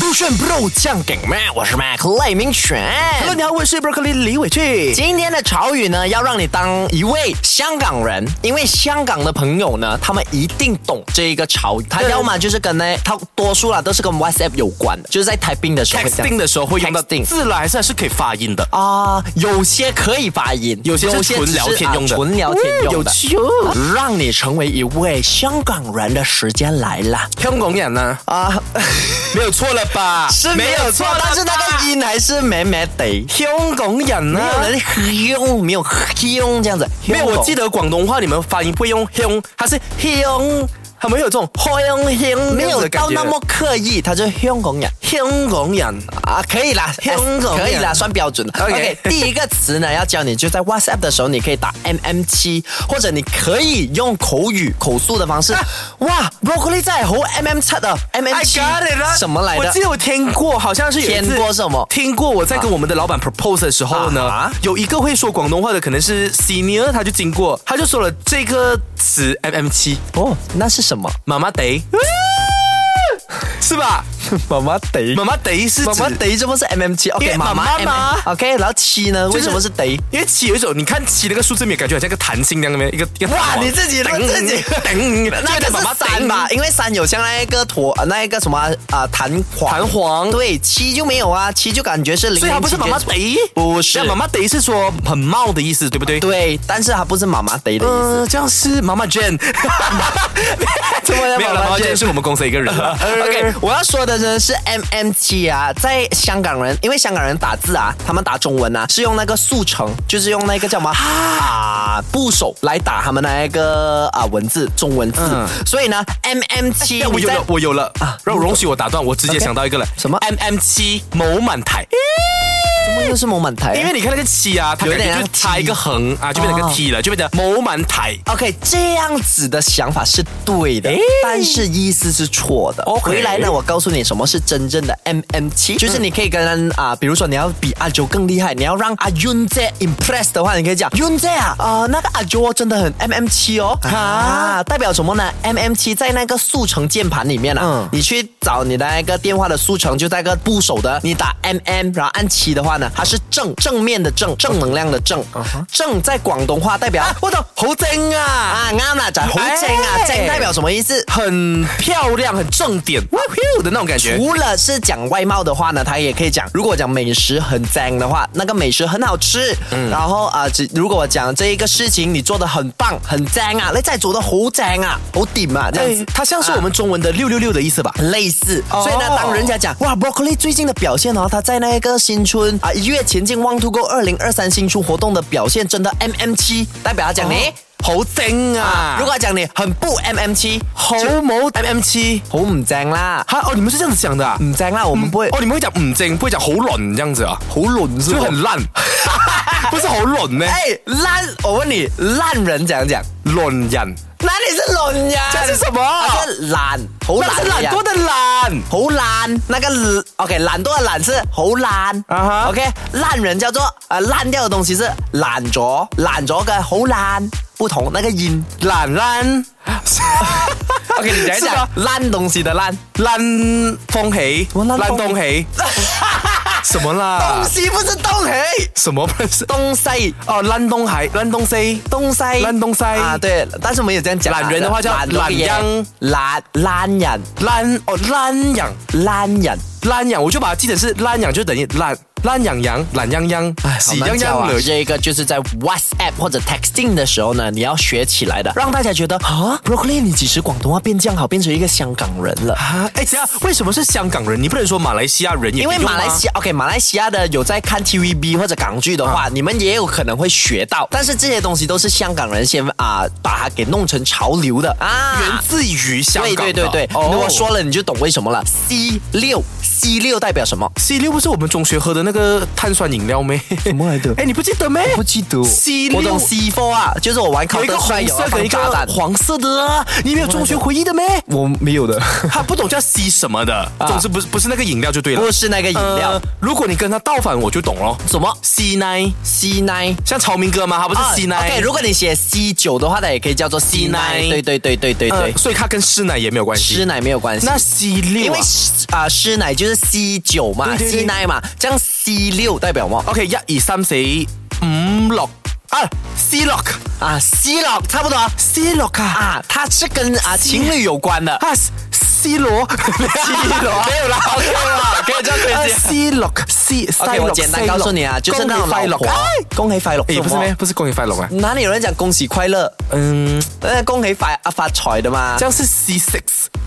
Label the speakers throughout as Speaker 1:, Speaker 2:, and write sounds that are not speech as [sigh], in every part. Speaker 1: 不炫 bro 酱梗麦，我是 Mac
Speaker 2: 赖明全。
Speaker 1: Hello，你好，我是 Broccoli 李伟俊。
Speaker 2: 今天的潮语呢，要让你当一位香港人，因为香港的朋友呢，他们一定懂这一个潮语。他
Speaker 1: 对
Speaker 2: 要么就是跟呢，他多数啦都是跟 WhatsApp 有关的，就是在 typing 的时候会这样
Speaker 1: texting 的时候会用到
Speaker 2: Texting
Speaker 1: 字啦，还是还是可以发音的。
Speaker 2: 啊，有些可以发音，
Speaker 1: 有些是
Speaker 2: 只
Speaker 1: 纯聊天用的
Speaker 2: 啊纯聊天用
Speaker 1: 有
Speaker 2: 的，
Speaker 1: 趣哦
Speaker 2: 让你成为一位香港人的时间来了
Speaker 1: 香港人呢？
Speaker 2: 啊，
Speaker 1: 没有错了吧？
Speaker 2: 是没有错，啊但是那个音还是美美的。
Speaker 1: 香港人呢
Speaker 2: 没？有人用，没有用这样子。
Speaker 1: 没有，我记
Speaker 2: 得
Speaker 1: 得广东话你们发音不会用香，它是香，他们会有这种香香
Speaker 2: 没
Speaker 1: 那样子
Speaker 2: 有
Speaker 1: 的感
Speaker 2: 到
Speaker 1: 觉
Speaker 2: 那么刻意，他就是香港人
Speaker 1: 香港人。
Speaker 2: 啊，可以啦，
Speaker 1: 香港人
Speaker 2: 可以啦，算标准了。
Speaker 1: 啊 OK
Speaker 2: 第一个词呢，要教你就在 WhatsApp 的时候，你可以打 MM 七，或者你可以用口语口述的方
Speaker 1: 啊
Speaker 2: 式。哇，broccoli 在好 MM 七的 MM
Speaker 1: I
Speaker 2: 七
Speaker 1: got it 啦！
Speaker 2: 什么来
Speaker 1: 我
Speaker 2: 的
Speaker 1: 记？得我听过，好像是有一啊次
Speaker 2: 听过什么
Speaker 1: 听过我在跟我们的老板 propose 的时候呢
Speaker 2: 啊
Speaker 1: 有一个会说广东话的，可能是 senior，他就经过，他就说了这个词 M M 七，
Speaker 2: 哦，那是什么？
Speaker 1: 妈妈得，是吧？
Speaker 2: 妈妈得
Speaker 1: 妈妈得是指
Speaker 2: 妈妈，得，这不是 MM 七
Speaker 1: 因
Speaker 2: ？OK，
Speaker 1: 为
Speaker 2: 妈妈
Speaker 1: 妈妈嘛
Speaker 2: MM OK，然后七呢？
Speaker 1: 就
Speaker 2: 为什么是得？
Speaker 1: 因为七有一种，你看七那个数字没有感觉，好像个弹性那样没一个一个弹簧。
Speaker 2: 哇，你自己
Speaker 1: 噔
Speaker 2: 你自己。
Speaker 1: 噔，
Speaker 2: 那个是三吧，因为三有像那一个陀呃那一个什么啊弹簧，
Speaker 1: 弹簧
Speaker 2: 对，七就没有啊，七就感觉是零，
Speaker 1: 所以它不是妈妈得，
Speaker 2: 不是
Speaker 1: 那妈妈得是说很冒的意思，对不对？
Speaker 2: 对，但是它不是妈妈得的意思。
Speaker 1: 呃，这样是妈妈 Jane，
Speaker 2: 怎么
Speaker 1: [laughs]
Speaker 2: 了
Speaker 1: 没有了，
Speaker 2: 妈
Speaker 1: 妈
Speaker 2: 妈
Speaker 1: 妈
Speaker 2: Jane？
Speaker 1: Jane 是我们公司的一个人啊 [laughs] 了。
Speaker 2: OK，我要说的呢是 MM 七啊，在香港人，因为香港人打字啊，他们打中文啊是用那个速成，就是用那个叫什么啊部首来打他们那一个啊文字中文字，
Speaker 1: 嗯
Speaker 2: 所以呢 MM 七
Speaker 1: 哎，我有了，我有了啊！让我容许我打断，我直接
Speaker 2: OK
Speaker 1: 想到一个了，
Speaker 2: 什么
Speaker 1: M M 七某满台，
Speaker 2: 怎么又是某满台？
Speaker 1: 因为你看那个七啊，它
Speaker 2: 有
Speaker 1: 感
Speaker 2: 点
Speaker 1: 觉就
Speaker 2: 像
Speaker 1: 差一个横啊，就变成个
Speaker 2: 哦
Speaker 1: T 了，就变成某满台。
Speaker 2: OK，这样子的想法是对的，但是意思是错的。
Speaker 1: OK
Speaker 2: 回来呢，我告诉你什么是真正的 MM 七，就是你可以跟啊、比如说你要比阿九更厉害，你要让阿 Yun 姐 impress 的话，你可以讲 Yun 姐啊，呃，那个阿九真的很 MM 七哦，啊，代表什么呢？MM 七在那个速成键盘里面啊，
Speaker 1: 嗯
Speaker 2: 你去找你的那个电话的速成，就在那个部首的，你打 MM，然后按七的话呢，它是正正面的正，正能量的正，正在广东话代表、
Speaker 1: 啊我懂，好正啊，
Speaker 2: 啊，啱啦，就係好正啊，
Speaker 1: 哎
Speaker 2: 正代表什么意思？
Speaker 1: 很漂亮，很正点，哇飘的那种感觉。
Speaker 2: 除了是讲外貌的话呢，他也可以讲，如果我讲美食很赞的话，那个美食很好吃。
Speaker 1: 嗯
Speaker 2: 然后啊，只如果我讲这一个事情你做的很棒，很赞啊，你真係做得好赞啊，好顶啊，这样子
Speaker 1: 哎。它像是我们中文的六六六的意思吧？
Speaker 2: 类似，
Speaker 1: 哦
Speaker 2: 所以呢，当人家讲哇，Broccoli 最近的表现哦，他在那个新春啊一跃前进 One to Go 二零二三新出活动的表现真的 MM 七，代表他讲你、
Speaker 1: 好正啊！
Speaker 2: 如果他讲你很不 MM 七，
Speaker 1: 好某 M M 七，
Speaker 2: 好唔正啦，
Speaker 1: 哈哦，你们是这样子讲的啊？
Speaker 2: 唔正啦，我们不会。
Speaker 1: 哦，你们会讲唔正，不会讲好卵这样子啊？
Speaker 2: 好卵是
Speaker 1: 就很 [laughs] 烂，不是好卵呢、
Speaker 2: 哎，烂！我问你，烂人怎样讲？
Speaker 1: 卵人，
Speaker 2: 哪里是懒人？
Speaker 1: 这是什么
Speaker 2: 他是懒，好
Speaker 1: 那
Speaker 2: 懒
Speaker 1: 是
Speaker 2: 的
Speaker 1: 懒
Speaker 2: 人
Speaker 1: 惰的懒。
Speaker 2: 好懒，那个懒 OK，懒惰的懒是好懒、
Speaker 1: 啊哈
Speaker 2: o k 烂人叫做呃烂掉的东西是懒咗，懒咗嘅好懒，不同那个音。
Speaker 1: 懒 [laughs] 懒
Speaker 2: OK，你讲一
Speaker 1: 是
Speaker 2: 讲
Speaker 1: 吗
Speaker 2: 烂啊东西的烂，
Speaker 1: 懒风起，
Speaker 2: 么懒风
Speaker 1: 东起， [laughs] 什么啦
Speaker 2: 东？西不是东西，
Speaker 1: 什么不是？
Speaker 2: 啊东西
Speaker 1: 哦，懒东海，懒东西，
Speaker 2: 东西
Speaker 1: 懒东西
Speaker 2: 啊，对，但是我们也这样讲啊，
Speaker 1: 懒人的话叫
Speaker 2: 懒惰嘅
Speaker 1: 懒
Speaker 2: 嘢
Speaker 1: 人
Speaker 2: 懒懒人，
Speaker 1: 懒哦懒养
Speaker 2: 懒人。
Speaker 1: 懒养，我就把它记成是懒养，就等于懒懒养羊，懒羊羊，喜
Speaker 2: 好
Speaker 1: 羊
Speaker 2: 难教
Speaker 1: 羊
Speaker 2: 啊
Speaker 1: 了。
Speaker 2: 这一个就是在 WhatsApp 或者 texting 的时候呢，你要学起来的，让大家觉得啊，Broccoli，你几时广东话变这样好，变成一个香港人了。
Speaker 1: 啊，哎，等一下，为什么是香港人？你不能说马来西亚人也
Speaker 2: 因
Speaker 1: 可以
Speaker 2: 为
Speaker 1: 用吗啊
Speaker 2: 马来西亚，OK，马来西亚的有在看 TVB 或者港剧的话，你们也有可能会学到，但是这些东西都是香港人先啊、把它给弄成潮流的啊，
Speaker 1: 源自于香港
Speaker 2: 对
Speaker 1: 的。
Speaker 2: 对对对，
Speaker 1: 哦
Speaker 2: 我说了你就懂为什么了。C 六 C 六代表什么？
Speaker 1: C 六不是我们中学喝的那个碳酸饮料咩？ [laughs] 什
Speaker 2: 么来 [laughs] 的
Speaker 1: 哎，你不记得咩？
Speaker 2: 不记得
Speaker 1: C 六
Speaker 2: 我懂 C four 啊，就是我玩考
Speaker 1: 有一
Speaker 2: 特
Speaker 1: 个
Speaker 2: 帅
Speaker 1: 红
Speaker 2: 有
Speaker 1: 色跟一
Speaker 2: 放
Speaker 1: 个
Speaker 2: 炸弹，
Speaker 1: 黄色的啊，你没有中学回忆的
Speaker 2: [laughs]
Speaker 1: 咩？
Speaker 2: 我没有的，
Speaker 1: 他不懂叫 C 什么的，总之不是不是那个饮料就对了。
Speaker 2: 啊不是那个饮料
Speaker 1: 呃，如果你跟他倒反，我就懂咯。
Speaker 2: 什么
Speaker 1: C 奶，
Speaker 2: C nine。
Speaker 1: 像曹明哥嘛，他不是 C 奶、
Speaker 2: OK，如果你写 C 九的话，它也可以叫做 C
Speaker 1: C9
Speaker 2: nine。对对对对对
Speaker 1: 呃
Speaker 2: 对，
Speaker 1: 所以他跟师奶也没有关系。
Speaker 2: 师奶没有关系。
Speaker 1: 那 C
Speaker 2: 因
Speaker 1: 六
Speaker 2: 为
Speaker 1: 啊
Speaker 2: 啊，师奶就是 C 九嘛
Speaker 1: 对对
Speaker 2: ，C
Speaker 1: 对
Speaker 2: nine 嘛，这样 C 六代表嘛
Speaker 1: ，OK，一二三四五六啊，C 六
Speaker 2: 啊，C 六差不多啊
Speaker 1: ，C 六啊
Speaker 2: 啊，它是跟啊情侣有关的。
Speaker 1: 啊，C 罗，C 罗
Speaker 2: 没有啦，OK 啦，可以这样
Speaker 1: 啊
Speaker 2: 可以接。
Speaker 1: ，C 六，C 三
Speaker 2: OK，
Speaker 1: 六，
Speaker 2: 我简单告诉你啊，就是那种老婆
Speaker 1: 哎，，
Speaker 2: 恭喜快乐，
Speaker 1: 诶不是
Speaker 2: 什么
Speaker 1: 咩？不是恭喜快乐啊，
Speaker 2: 哪里有人讲恭喜快乐？
Speaker 1: 嗯，
Speaker 2: 呃，恭喜发啊发财的嘛
Speaker 1: 这。样是 C six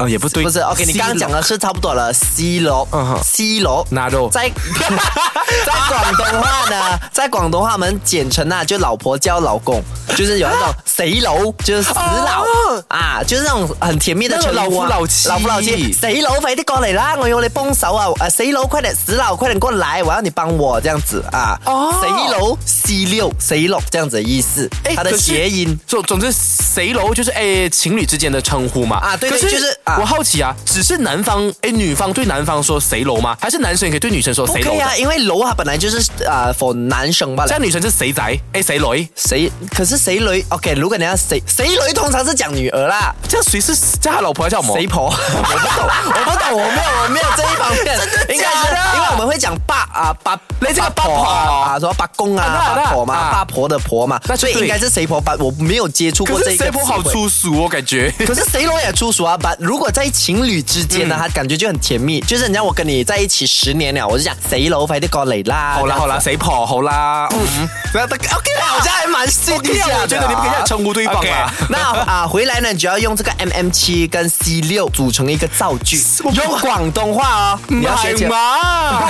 Speaker 1: 啊，也不对，
Speaker 2: 不是，OK，你刚刚讲的是差不多了，C 罗
Speaker 1: 嗯哼
Speaker 2: ，C 罗，
Speaker 1: 哪都
Speaker 2: 在 [laughs] 在广东话呢， [laughs] 在广东话我们简称啊，就老婆叫老公，就是有那种谁楼，就是死佬
Speaker 1: 哦
Speaker 2: 啊，就是那种很甜蜜的
Speaker 1: 那
Speaker 2: 称
Speaker 1: 种
Speaker 2: 呼啊
Speaker 1: 老夫老妻
Speaker 2: 老夫老妻，谁佬快啲过嚟啦，我要你帮手啊，呃，谁佬快点，死佬快点过来，我要你帮我这样子啊，
Speaker 1: 哦
Speaker 2: 谁楼 C 六谁楼这样子的意思，
Speaker 1: 诶
Speaker 2: 它的
Speaker 1: 哎可是
Speaker 2: 谐音。
Speaker 1: 总总之，谁楼就是诶情侣之间的称呼嘛。
Speaker 2: 啊对对
Speaker 1: 可是
Speaker 2: 就是啊
Speaker 1: 我好奇啊，只是男方诶女方对男方说谁楼吗？还是男生也可以对女生说谁
Speaker 2: 不可
Speaker 1: 楼
Speaker 2: 以
Speaker 1: 的？
Speaker 2: 啊，因为楼它本来就是呃，for 男生罢了
Speaker 1: 这。样女生是谁宅？诶谁哎雷？
Speaker 2: 谁？可是谁雷？OK，如果你要谁谁雷，通常是讲女儿啦，
Speaker 1: 这样谁是叫他老婆还是叫什么？
Speaker 2: 谁婆？我不懂，我不懂，我没有，我没有这一方
Speaker 1: [laughs]
Speaker 2: 面，应该
Speaker 1: 假的
Speaker 2: 是因为我们会讲爸啊爸，
Speaker 1: 你这个
Speaker 2: 八婆
Speaker 1: 八婆
Speaker 2: 啊，啊什么八公
Speaker 1: 啊
Speaker 2: 啊，
Speaker 1: 那
Speaker 2: 八婆
Speaker 1: 那
Speaker 2: 嘛，
Speaker 1: 啊
Speaker 2: 八婆的婆嘛，
Speaker 1: 那就
Speaker 2: 所以
Speaker 1: 对
Speaker 2: 应该是谁婆吧？我没有接触过
Speaker 1: 可
Speaker 2: 这
Speaker 1: 是
Speaker 2: 一个
Speaker 1: 谁
Speaker 2: 词
Speaker 1: 婆好
Speaker 2: 汇。
Speaker 1: 粗 [laughs] 俗哦，感觉。
Speaker 2: 可是谁罗也出俗啊，把如果在情侣之间呢，
Speaker 1: 嗯
Speaker 2: 他感觉就很甜蜜，就是人家我跟你在一起十年了，我就讲谁楼快啲过嚟啦。
Speaker 1: 好啦好啦，
Speaker 2: 这样子，
Speaker 1: 谁婆好啦，嗯，不要 OK 啦，
Speaker 2: 好像还蛮顺一
Speaker 1: OK
Speaker 2: 下
Speaker 1: 啊
Speaker 2: 的啊。
Speaker 1: 我觉得你们可以这样称呼对方啊 [laughs]
Speaker 2: OK，。那啊，回来呢，你就要用这个 MM 七跟 C 六组成一个造句，用广东话哦，你要学起
Speaker 1: 嗯 [laughs]
Speaker 2: 来。
Speaker 1: 嘛？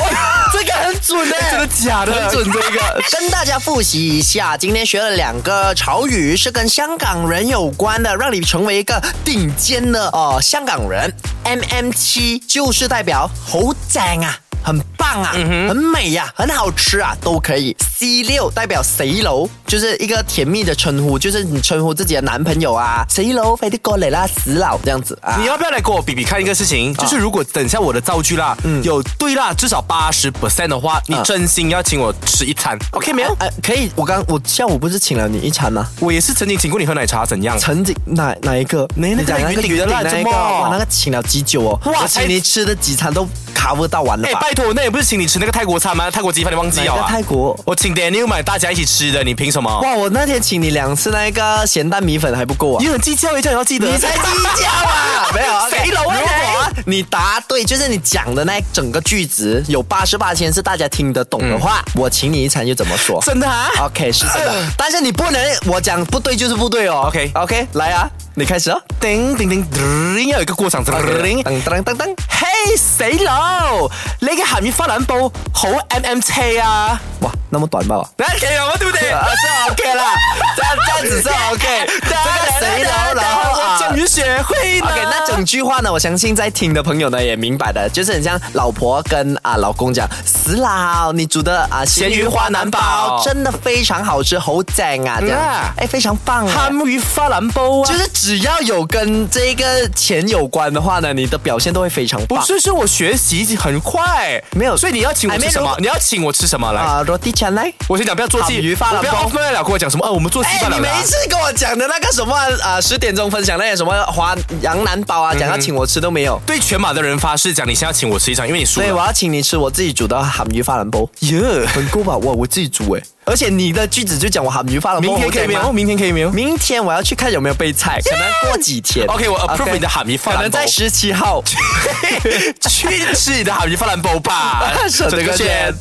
Speaker 2: 这个很准的、
Speaker 1: [laughs] 真的
Speaker 2: [laughs]
Speaker 1: 假的？
Speaker 2: 很啊准这个。跟大家复习一下，今天学了两个潮语，是跟香港人有关的，让你成为一个顶尖的哦香港人。M M 七就是代表好正啊。很棒啊，很美呀、很好吃啊，都可以。C 六代表谁楼，就是一个甜蜜的称呼，就是你称呼自己的男朋友啊，谁楼快啲过嚟啦，死佬这样子啊。
Speaker 1: [laughs] 你要不要来跟我比比看一个事情？就是如果等下我的造句啦，有对啦，至少八十 percent 的话，你
Speaker 2: 啊
Speaker 1: 真心要请我吃一餐，OK 没有？
Speaker 2: 哎、可以。我刚我下午不是请了你一餐吗？
Speaker 1: 我也是曾经请过你喝奶茶，怎样？
Speaker 2: 曾经哪哪一个？
Speaker 1: 哪那个
Speaker 2: 讲那个
Speaker 1: 云顶的
Speaker 2: 那
Speaker 1: 那
Speaker 2: 一
Speaker 1: 怎
Speaker 2: 个？
Speaker 1: 么
Speaker 2: 哇，那个请了几久哦？
Speaker 1: 哇
Speaker 2: 我请
Speaker 1: 才
Speaker 2: 你吃的几餐都 cover 到完
Speaker 1: [laughs]
Speaker 2: 了
Speaker 1: 哎，
Speaker 2: 吧？
Speaker 1: 拜托，那也不是请你吃那个泰国餐吗？泰国鸡饭你忘记了
Speaker 2: 哪
Speaker 1: 啊？
Speaker 2: 个泰国
Speaker 1: 我请 Daniel 买，大家一起吃的，你凭什么？
Speaker 2: 哇，我那天请你两次那个咸蛋米粉还不够啊
Speaker 1: 你！很计较，一下你要记得。
Speaker 2: 你才计较啊！ [laughs] 没有，OK，
Speaker 1: 谁楼啊
Speaker 2: 如
Speaker 1: 你
Speaker 2: 果啊你答对，就是你讲的那整个句子有八十八千是大家听得懂的话，我请你一餐又怎么说
Speaker 1: 真的啊？
Speaker 2: ？OK，是真的，但是你不能我讲不对就是不对哦。
Speaker 1: OK
Speaker 2: OK，来啊，你开始啊！
Speaker 1: 叮叮叮，叮要有一个过场，叮。
Speaker 2: 噔噔噔噔，
Speaker 1: 嘿死佬，你嘅鹹魚花腩煲好 M M 車啊！
Speaker 2: 哇，那么短吧？
Speaker 1: 嚟企我對唔對？
Speaker 2: 啊，是 OK 啦，这样这样子是 OK。这个谁楼，然后
Speaker 1: 我
Speaker 2: 啊。
Speaker 1: 終於學會啦
Speaker 2: OK，那整句话呢，我相信在听的朋友呢也明白的，就是很像老婆跟啊老公讲，死佬，你煮的啊
Speaker 1: 咸鱼花腩煲
Speaker 2: 真的非常好吃，好正啊，这
Speaker 1: 嗯
Speaker 2: 样
Speaker 1: 啊，
Speaker 2: 哎，非常棒啊
Speaker 1: 鹹。魚花腩煲啊！
Speaker 2: 就是只要有跟这个钱有关的话呢，你的表现都会非常棒。
Speaker 1: 不是，是我学習很快，
Speaker 2: 没有
Speaker 1: 所以你要请我吃什
Speaker 2: I mean，如
Speaker 1: 么？你要請我吃什么来？
Speaker 2: 啊，罗蒂钱来。
Speaker 1: 我先講，不要做
Speaker 2: 鹹
Speaker 1: 戏，
Speaker 2: 魚花腩
Speaker 1: 不要
Speaker 2: 煲
Speaker 1: off 麦了，跟我讲什么？哦，我们做戏
Speaker 2: 哎、
Speaker 1: 罢
Speaker 2: 你
Speaker 1: 了啦
Speaker 2: 每一。次跟我讲的那个什么啊，十、0点钟分享那个什么华羊腩煲啊，
Speaker 1: 嗯
Speaker 2: 讲要请我吃都没有。
Speaker 1: 对全马的人发誓，讲你先要请我吃一场，因为你输
Speaker 2: 所以我
Speaker 1: 了。
Speaker 2: 要请你吃我自己煮的韩鱼发兰煲，
Speaker 1: 耶，
Speaker 2: 很够吧？我我自己煮哎，而且你的句子就讲我韩鱼发兰煲，
Speaker 1: 明天
Speaker 2: 我
Speaker 1: 可以
Speaker 2: 讲
Speaker 1: 没
Speaker 2: 吗
Speaker 1: 有？明天可以没有
Speaker 2: 明天我要去看有没有备菜，可能过几天。
Speaker 1: ？OK，我 approve
Speaker 2: OK
Speaker 1: 你的鹹魚花腩
Speaker 2: 可
Speaker 1: 煲。
Speaker 2: 能在十七号。 [laughs]，
Speaker 1: 去吃你的好鱼发兰煲吧 [laughs]
Speaker 2: 舍得个钱。